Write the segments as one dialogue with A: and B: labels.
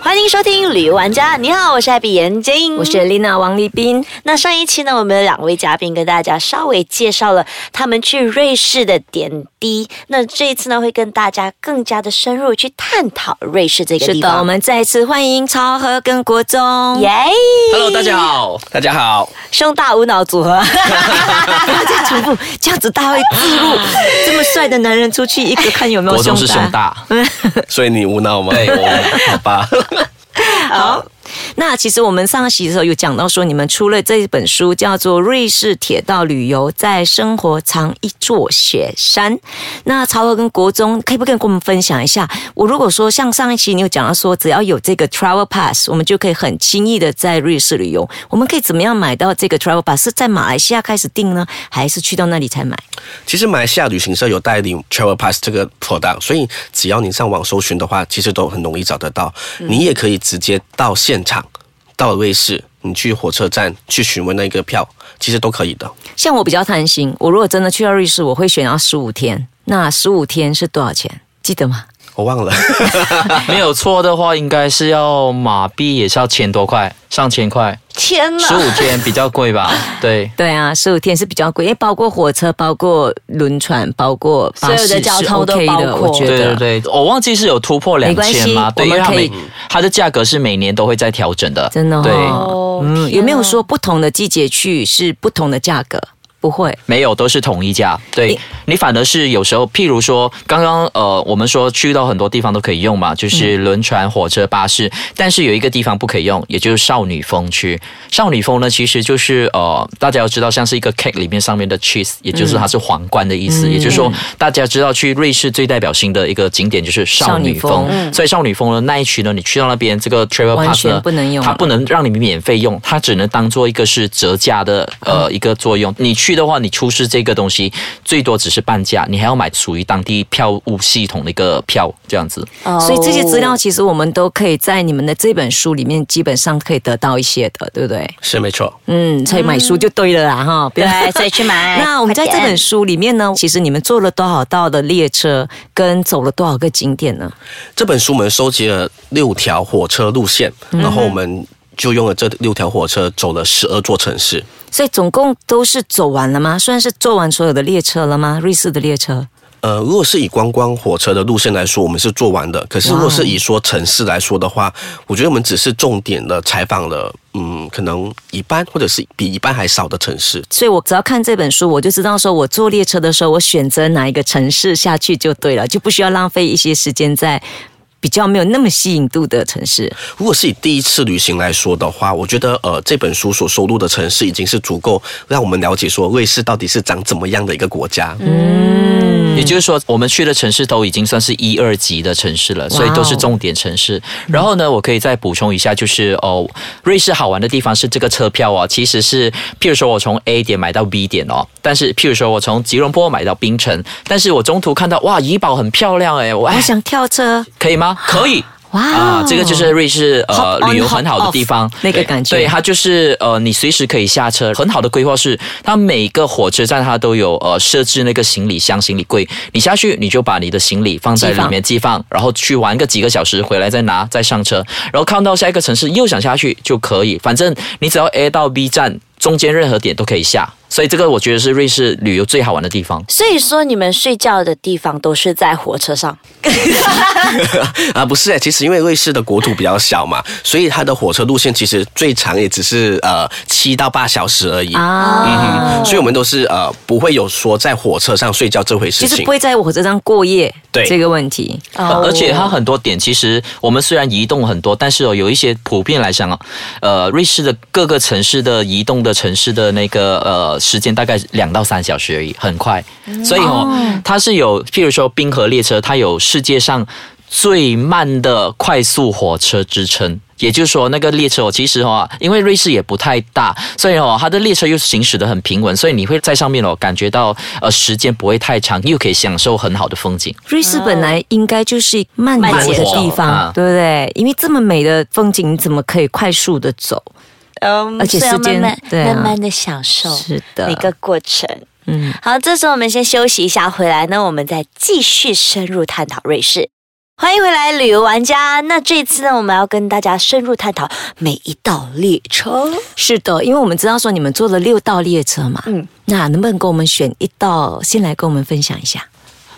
A: 欢迎收听《旅游玩家》，你好，我是艾比眼镜，
B: 我是 Lina 王立斌。
A: 那上一期呢，我们有两位嘉宾跟大家稍微介绍了他们去瑞士的点滴。那这一次呢，会跟大家更加的深入去探讨瑞士这个
B: 是
A: 地
B: 的，我
A: 方。
B: 们再次欢迎超和跟国中。
A: 耶
C: Hello，大家好，大家好。
A: 胸大无脑组合，
B: 不要再重复，这样子大家会自 入。这么帅的男人出去一个看有没有
C: 国
B: 胸
C: 中
B: 大。
C: 是胸大，
D: 所以你无脑吗？
C: 对
D: 我好吧。
B: 那其实我们上期的时候有讲到说，你们出了这本书叫做《瑞士铁道旅游在生活藏一座雪山》。那曹和跟国中可以不可以跟我们分享一下？我如果说像上一期你有讲到说，只要有这个 travel pass，我们就可以很轻易的在瑞士旅游。我们可以怎么样买到这个 travel pass？是在马来西亚开始订呢，还是去到那里才买？
D: 其实马来西亚旅行社有代理 Travel Pass 这个 product，所以只要你上网搜寻的话，其实都很容易找得到。你也可以直接到现场，到瑞士，你去火车站去询问那个票，其实都可以的。
B: 像我比较贪心，我如果真的去到瑞士，我会选要十五天。那十五天是多少钱？记得吗？
D: 我忘了，
C: 没有错的话，应该是要马币也是要千多块，上千块，
A: 天
C: 十
A: 哪！
C: 五天比较 贵吧？对。
B: 对啊，十五天是比较贵，因为包括火车、包括轮船、包括巴士
A: 所有的交通都
B: 是 OK
A: 包
B: 的，
A: 括
B: 我觉
C: 对
B: 得。
C: 对对，我忘记是有突破两
B: 没关系
C: 千吗？对，
B: 我
C: 因
B: 们
C: 为它
B: 可以
C: 每它的价格是每年都会在调整的，
B: 真的
C: 对，
B: 哦，嗯，有没
A: 啊
B: 有说不同的季节去是不同的价格？不会，
C: 没有，都是统一价。对
B: 你
C: 你反而是有时候，譬如说刚刚呃，我们说去到很多地方都可以用嘛，就是
B: 嗯
C: 轮船、火车、巴士，但是有一个地方不可以用，也就是少女峰区。少女峰呢，其实就是呃，大家要知道，像是一个 cake 里面上面的 cheese，也就是
B: 嗯
C: 它是皇冠的意思，也就是说大家知道去瑞士最代表性的一个景点就是少女
B: 少
C: 峰
B: 女峰，嗯
C: 所以少女峰呢那一区呢，你去到那边呃这个 travel
B: 完
C: pass
B: 全
C: 呢，
B: 不能用
C: 它不能让你免费用，它只能当做一个是折价的
B: 嗯
C: 呃一个作用。你去的话，你出示这个东西，最多只是半价，你还要买属于当地票务系统的一个票，这样子。
A: 哦
B: 所以这些资料其实我们都可以在你们的这本书里面基本上可以得到一些的，对不对？
D: 是没错。
B: 嗯，所以买书就对了啦，哈，不要
A: 对，所以去买。
B: 那我们在这
A: 哎快点
B: 本书里面呢，其实你们坐了多少道的列车，跟走了多少个景点呢？
D: 这本书我们收集了六条火车路线，然后我们就用了这六条火车走了十二座城市。
B: 所以总共都是走完了吗？算是坐完所有的列车了吗？瑞士的列车
D: 呃，如果是以观光火车的路线来说，我们是做完的。可是如果是以说城市来说的话，我觉得我们只是重点的采访了，嗯，可能一半或者是比一半还少的城市。
B: 所以我只要看这本书，我就知道说我坐列车的时候，我选择哪一个城市下去就对了，就不需要浪费一些时间在比较没有那么吸引度的城市。
D: 如果是以第一次旅行来说的话，我觉得呃这本书所收录的城市已经是足够让我们了解说瑞士到底是长怎么样的一个国家。
B: 嗯
C: 也就是说，我们去的城市都已经算是一二级的城市
B: 哦
C: 了，所以都是重点城市。然后呢，我可以再补充一下，就是哦，瑞士好玩的地方是这个车票哦，其实是譬如说我从 A 点买到 B 点哦，但是譬如说我从吉隆坡买到槟城，但是我中途看到哇，怡保很漂亮诶，我
B: 我想跳车，
C: 可以吗？可以。
B: 哇
C: 哎
B: 哦
C: 啊，这个就是瑞士
B: Hop
C: 呃
B: on,
C: 旅游
B: hop
C: 很好的
B: off
C: 地方，
B: 那个感觉
C: 对，它就是呃，你随时可以下车。很好的规划是，它每个火车站它都有呃设置那个行李箱、行李柜，你下去你就把你的行李放在
B: 寄
C: 里
B: 放
C: 面寄放，然后去玩个几个小时，回来再拿再上车，然后看到下一个城市又想下去就可以，反正你只要 A 到 B 站中间任何点都可以下，所以这个我觉得是瑞士旅游最好玩的地方。
A: 所以说，你们睡觉的地方都是在火车上。
D: 啊，不是诶，其实因为瑞士的国土比较小嘛，所以它的火车路线其实最长也只是呃七到八小时而已。
B: 啊，
D: 嗯，所以我们都是呃不会有说在火车上睡觉这回事
B: 就是
D: 情
B: 不。会在火车上过夜
D: 对
B: 这个问题。
A: 哦
C: 啊而且它很多点，其实我们虽然移动很多，但是哦，有一些普遍来讲哦，呃，瑞士的各个城市的移动的城市的那个呃时间大概两到三小时而已，很快。所以哦，它是有，譬如说冰河列车，它有世界上最慢的快速火车之称。也就是说，那个列车哦，其实哦，因为瑞士也不太大，所以哦，它的列车又行驶的很平稳，所以你会在上面哦，感觉到呃时间不会太长，又可以享受很好的风景。
B: 瑞士本来应该就是慢活嗯的地方，嗯
C: 慢节奏
B: 对不对？因为这么美的风景，你怎么可以快速的走？
A: 嗯
B: 而且
A: 所以要
B: 时间
A: 慢慢
B: 对啊
A: 慢慢的享受
B: 是的
A: 那个过程。嗯，好，这时候我们先休息一下，回来呢，我们再继续深入探讨瑞士。欢迎回来，旅游玩家。那这次呢，我们要跟大家深入探讨每一道列车。
B: 是的，因为我们知道说你们坐了六道列车嘛，嗯，那能不能给我们选一道，先来跟我们分享一下？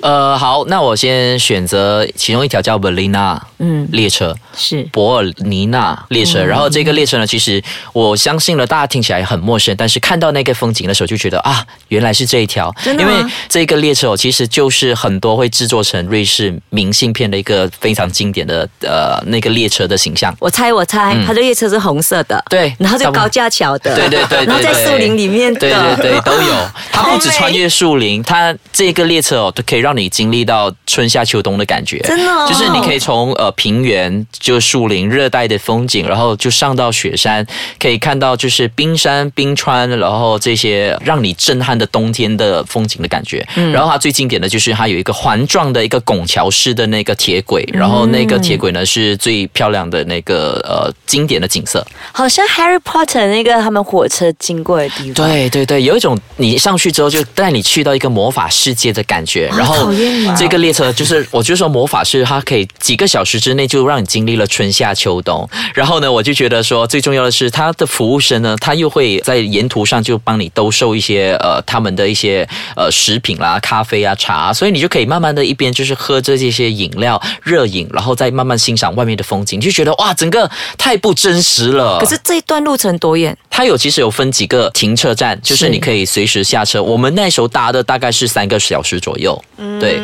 C: 呃，好，那我先选择其中一条叫 Berlina
B: 嗯
C: 列车，
B: 是
C: 伯尔尼纳
B: 嗯
C: 列车。然后这个列车呢，其实我相信了，大家听起来很陌生，但是看到那个风景的时候，就觉得啊，原来是这一条。
B: 真的
C: 因
B: 吗
C: 为这个列车哦，其实就是很多会制作成瑞士明信片的一个呃非常经典的呃那个列车的形象。
B: 我猜，我猜，它的列车是红色的，
C: 对
B: 然后就
C: 大部分
B: 高架桥的，
C: 对对对对
B: 然后在
C: 对
B: 树林里面的，
C: 对对对，都 有。它不止穿越树林，它这个列车哦，都可以让你经历到春夏秋冬的感觉。
B: 真的哦
C: 就是你可以从呃平原，就树林、热带的风景，然后就上到雪山，可以看到就是冰山、冰川，然后这些让你震撼的冬天的风景的感觉。
B: 嗯
C: 然后它最经典的就是它有一个环状的一个拱桥式的那个铁轨，然后那个铁
B: 嗯
C: 轨呢是最漂亮的那个呃经典的景色。
A: 好像 Harry Potter 那个他们火车经过的地方。
C: 对对对，有一种你上去之后就带你去到一个魔法世界的感觉，然后
B: 讨厌啊
C: 这个列车就是，我就说魔法是它可以几个小时之内就让你经历了春夏秋冬。然后呢，我就觉得说最重要的是它的服务生呢，他又会在沿途上就帮你兜售一些呃他们的一些呃食品啦、咖啡啊、茶啊所以你就可以慢慢的一边就是喝着这些饮料、热饮，然后再慢慢欣赏外面的风景，就觉得哇，整个太不真实了。
B: 可是这一段路程多远？
C: 它有其实有分几个停车站，就是
B: 是
C: 你可以随时下车。我们那时候搭的大概是三个小时左右，对。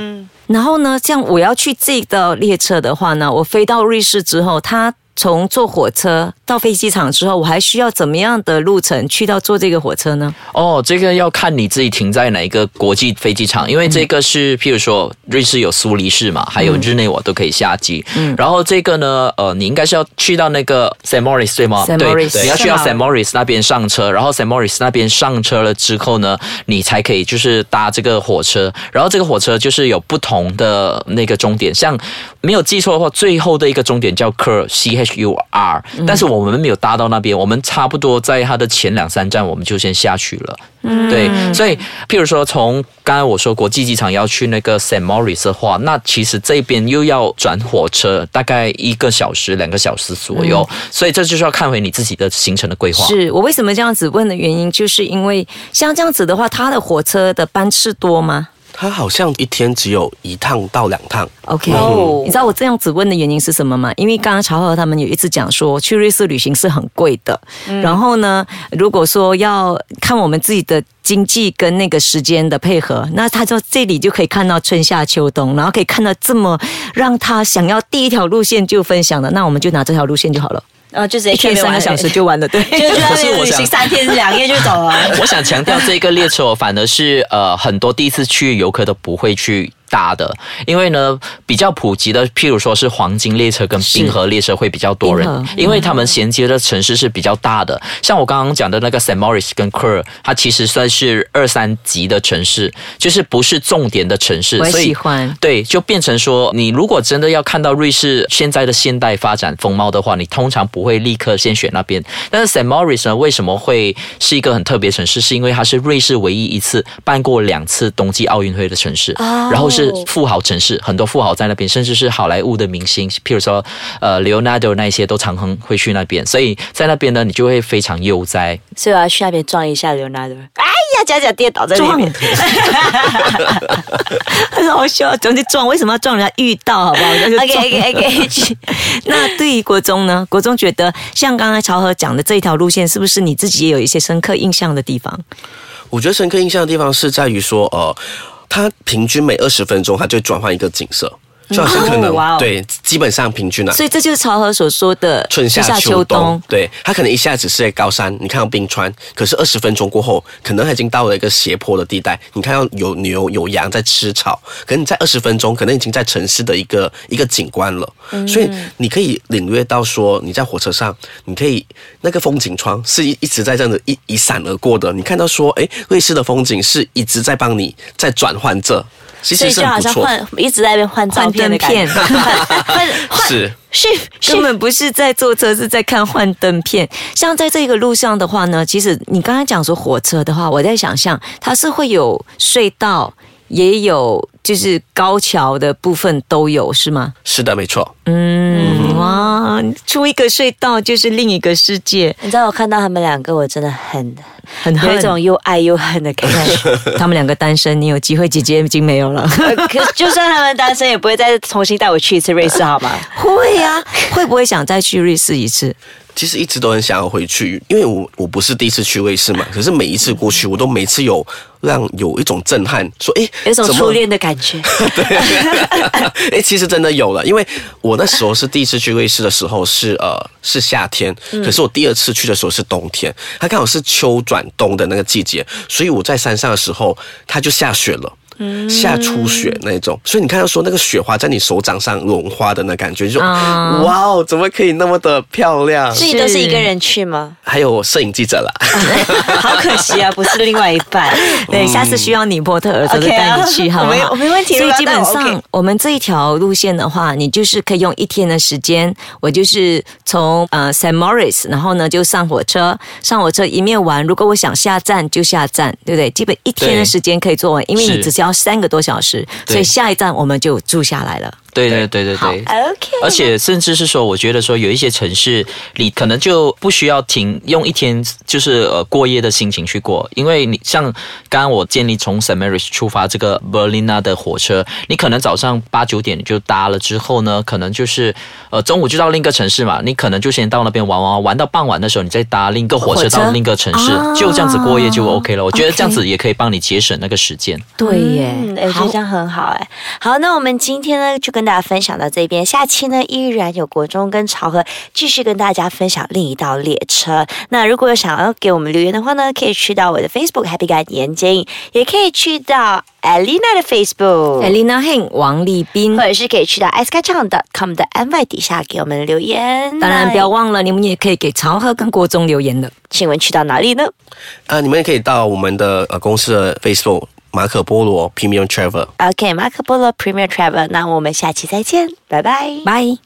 B: 然后呢，像我要去这道列车的话呢，我飞到瑞士之后，它从坐火车到飞机场之后，我还需要怎么样的路程去到坐这个火车呢？
C: 哦，这个要看你自己停在哪一个国际飞机场，因为这个是，譬如说瑞士有苏黎世嘛，还有日内瓦都可以下机。嗯，然后这个呢，呃，你应该是要去到那个 St. Moritz 对吗
B: St.
C: 对
B: Moritz
C: 你要去到
B: 是
C: St.
B: 吗
C: Moritz 那边上车，然后 St. Moritz 那边上车了之后呢，你才可以就是搭这个火车，然后这个火车就是有不同的那个终点，像没有记错的话，最后的一个终点叫 Cur C H U R，、但是我们没有搭到那边，我们差不多在它的前两三站我们就先下去了。对，所以譬如说从刚才我说国际机场要去那个 St. Moritz 的话，那其实这边又要转火车，大概一个小时、两个小时左右，所以这就是要看回你自己的行程的规划。
B: 是我为什么这样子问的原因，就是因为像这样子的话，它的火车的班次多吗
D: 它好像一天只有一趟到两趟，
B: ？OK，、
A: 哦
B: 你知道我这样子问的原因是什么吗？因为刚刚朝和他们有一直讲说，去瑞士旅行是很贵的。然后呢，如果说要看我们自己的经济跟那个时间的配合，那他就这里就可以看到春夏秋冬，然后可以看到这么让他想要第一条路线就分享的，那我们就拿这条路线就好了，
A: 然哦后就直接
B: 一天
A: 去那边玩
B: 三个
A: 了
B: 小时就完了，对。
A: 就去那
C: 可是
A: 边
C: 我
A: 旅
C: 想
A: 行三天两夜就走了。
C: 我想强调这个列车哦，反而是呃很多第一次去游客都不会去。搭的，因为呢比较普及的，譬如说是黄金列车跟冰河列车会比较多人
B: 冰河，嗯
C: 因为他们衔接的城市是比较大的。像我刚刚讲的那个 St. Moritz 跟 c u r 它其实算是二三级的城市，就是不是重点的城市
B: 我，也
C: 所以
B: 喜欢
C: 对，就变成说，你如果真的要看到瑞士现在的现代发展风貌的话，你通常不会立刻先选那边。但是 St. Moritz 呢，为什么会是一个很特别城市？是因为它是瑞士唯一一次办过两次冬季奥运会的城市，
A: 哦
C: 然后是富豪城市，很多富豪在那边，甚至是好莱坞的明星，譬如说呃 Leonardo 那一些都常常会去那边，所以在那边呢，你就会非常悠哉。
A: 所以我要去那边撞一下刘娜的。哎呀，假假跌倒在里面。
B: 很好笑，总之撞，为什么要撞人家遇到？好不好
A: OK OK OK，
B: 那对于国中呢？国中觉得像刚才朝和讲的这一条路线，是不是你自己也有一些深刻印象的地方？
D: 我觉得深刻印象的地方是在于说，呃，它平均每二十分钟它就转换一个景色，就好像可能、
A: 哦哇哦
D: 对，基本上平均啊。
B: 所以这就是朝和所说的
D: 春夏秋冬，对，它可能一下子是在高山，你看到冰川，可是二十分钟过后，可能它已经到了一个斜坡的地带，你看到有牛有羊在吃草，可能你在二十分钟，可能已经在城市的一个一个景观了，
A: 嗯
D: 所以你可以领略到说你在火车上，你可以那个风景窗是一一直在这样子一一闪而过的，你看到说，哎，瑞士的风景是一直在帮你在转换着。其
A: 所
D: 实
A: 以
D: 是
A: 就
D: 很
A: 好
D: 不
A: 像
D: 错。
A: 换一直在那边换照片的感觉，
B: 换
A: 换换换
D: 是
A: 是是
B: 根本不是在坐车，是在看幻灯片。像在这个路上的话呢，其实你刚刚讲说火车的话，我在想象它是会有隧道，也有就是高桥的部分都有，是吗？
D: 是的，没错。
B: 嗯，哇，出一个隧道就是另一个世界，
A: 你知道我看到他们两个，我真的很
B: 很
A: 有
B: 恨
A: 一种又爱又恨的感 觉。
B: 他们两个单身，你有机会姐姐已经没有了。
A: 可是就算他们单身，也不会再重新带我去一次瑞士，好吗？
B: 会呀、会不会想再去瑞士一次？
A: 嗯
D: 其实一直都很想要回去，因为我我不是第一次去瑞士嘛，可是每一次过去，我都每次有让有一种震撼，说诶，
A: 有一种
D: 怎么
A: 初恋的感觉。
D: 对，哎，其实真的有了，因为我那时候是第一次去瑞士的时候是呃是夏天，
A: 嗯
D: 可是我第二次去的时候是冬天，它刚好是秋转冬的那个季节，所以我在山上的时候它就下雪了。
A: 嗯
D: 下初雪那一种，所以你看到说那个雪花在你手掌上融化的那感觉，就、
B: 啊
D: 哇哦，怎么可以那么的漂亮？
A: 所以你都是一个人去吗？
D: 还有摄影记者啦，
A: 好可惜啊，不是另外一半。
B: 对，下次需要你波特尔泽的
A: OK 啊
B: 带你去，好不
A: 我没
B: 好？
A: 我没问题
B: 所以基本
A: 如果要带我
B: 上
A: OK，
B: 我们这一条路线的话，你就是可以用一天的时间，我就是从呃 San Morris，然后呢就上火车，上火车一面玩。如果我想下站就下站，对不对？基本一天的
C: 对
B: 时间可以做完，因为你
C: 是
B: 只需要三个多小时，
C: 对
B: 所以下一站我们就住下来了。
C: 对对对对对。
A: OK，
C: 而且甚至是说，我觉得说有一些城市，你可能就不需要停，用一天就是呃过夜的心情去过，因为你像刚刚我建议从 St. Mary's 出发这个 Berlina 的火车，你可能早上八九点就搭了之后呢，可能就是呃中午就到另一个城市嘛，你可能就先到那边玩玩玩，玩到傍晚的时候你再搭另一个火
B: 火
C: 车
B: 车
C: 到另一个城市，
B: 啊
C: 就这样子过夜就 OK 了。我觉得
B: OK
C: 这样子也可以帮你节省那个时间。
B: 对耶，
A: 嗯，哎我觉
B: 好
A: 得这样很好哎。好，那我们今天呢就跟大家分享到这边，下期呢依然有国中跟潮和继续跟大家分享另一道列车。那如果有想要给我们留言的话呢，可以去到我的 Facebook Happy Guy 严谨，也可以去到 Alina 的 Facebook。
B: Elena Heng 王立斌
A: 或。者是可以去到 s k c h a n g c o m 的 MY 底下给我们留言。
B: 当然，
A: 那
B: 不要忘了，你们也可以给潮和跟国中留言的。
A: 请问去到哪里呢？
D: 啊，你们也可以到我们的呃公司的 Facebook 马可波罗 Premium Travel。
A: OK，马可波罗 Premier Travel，那我们下期再见，拜拜。
B: 拜。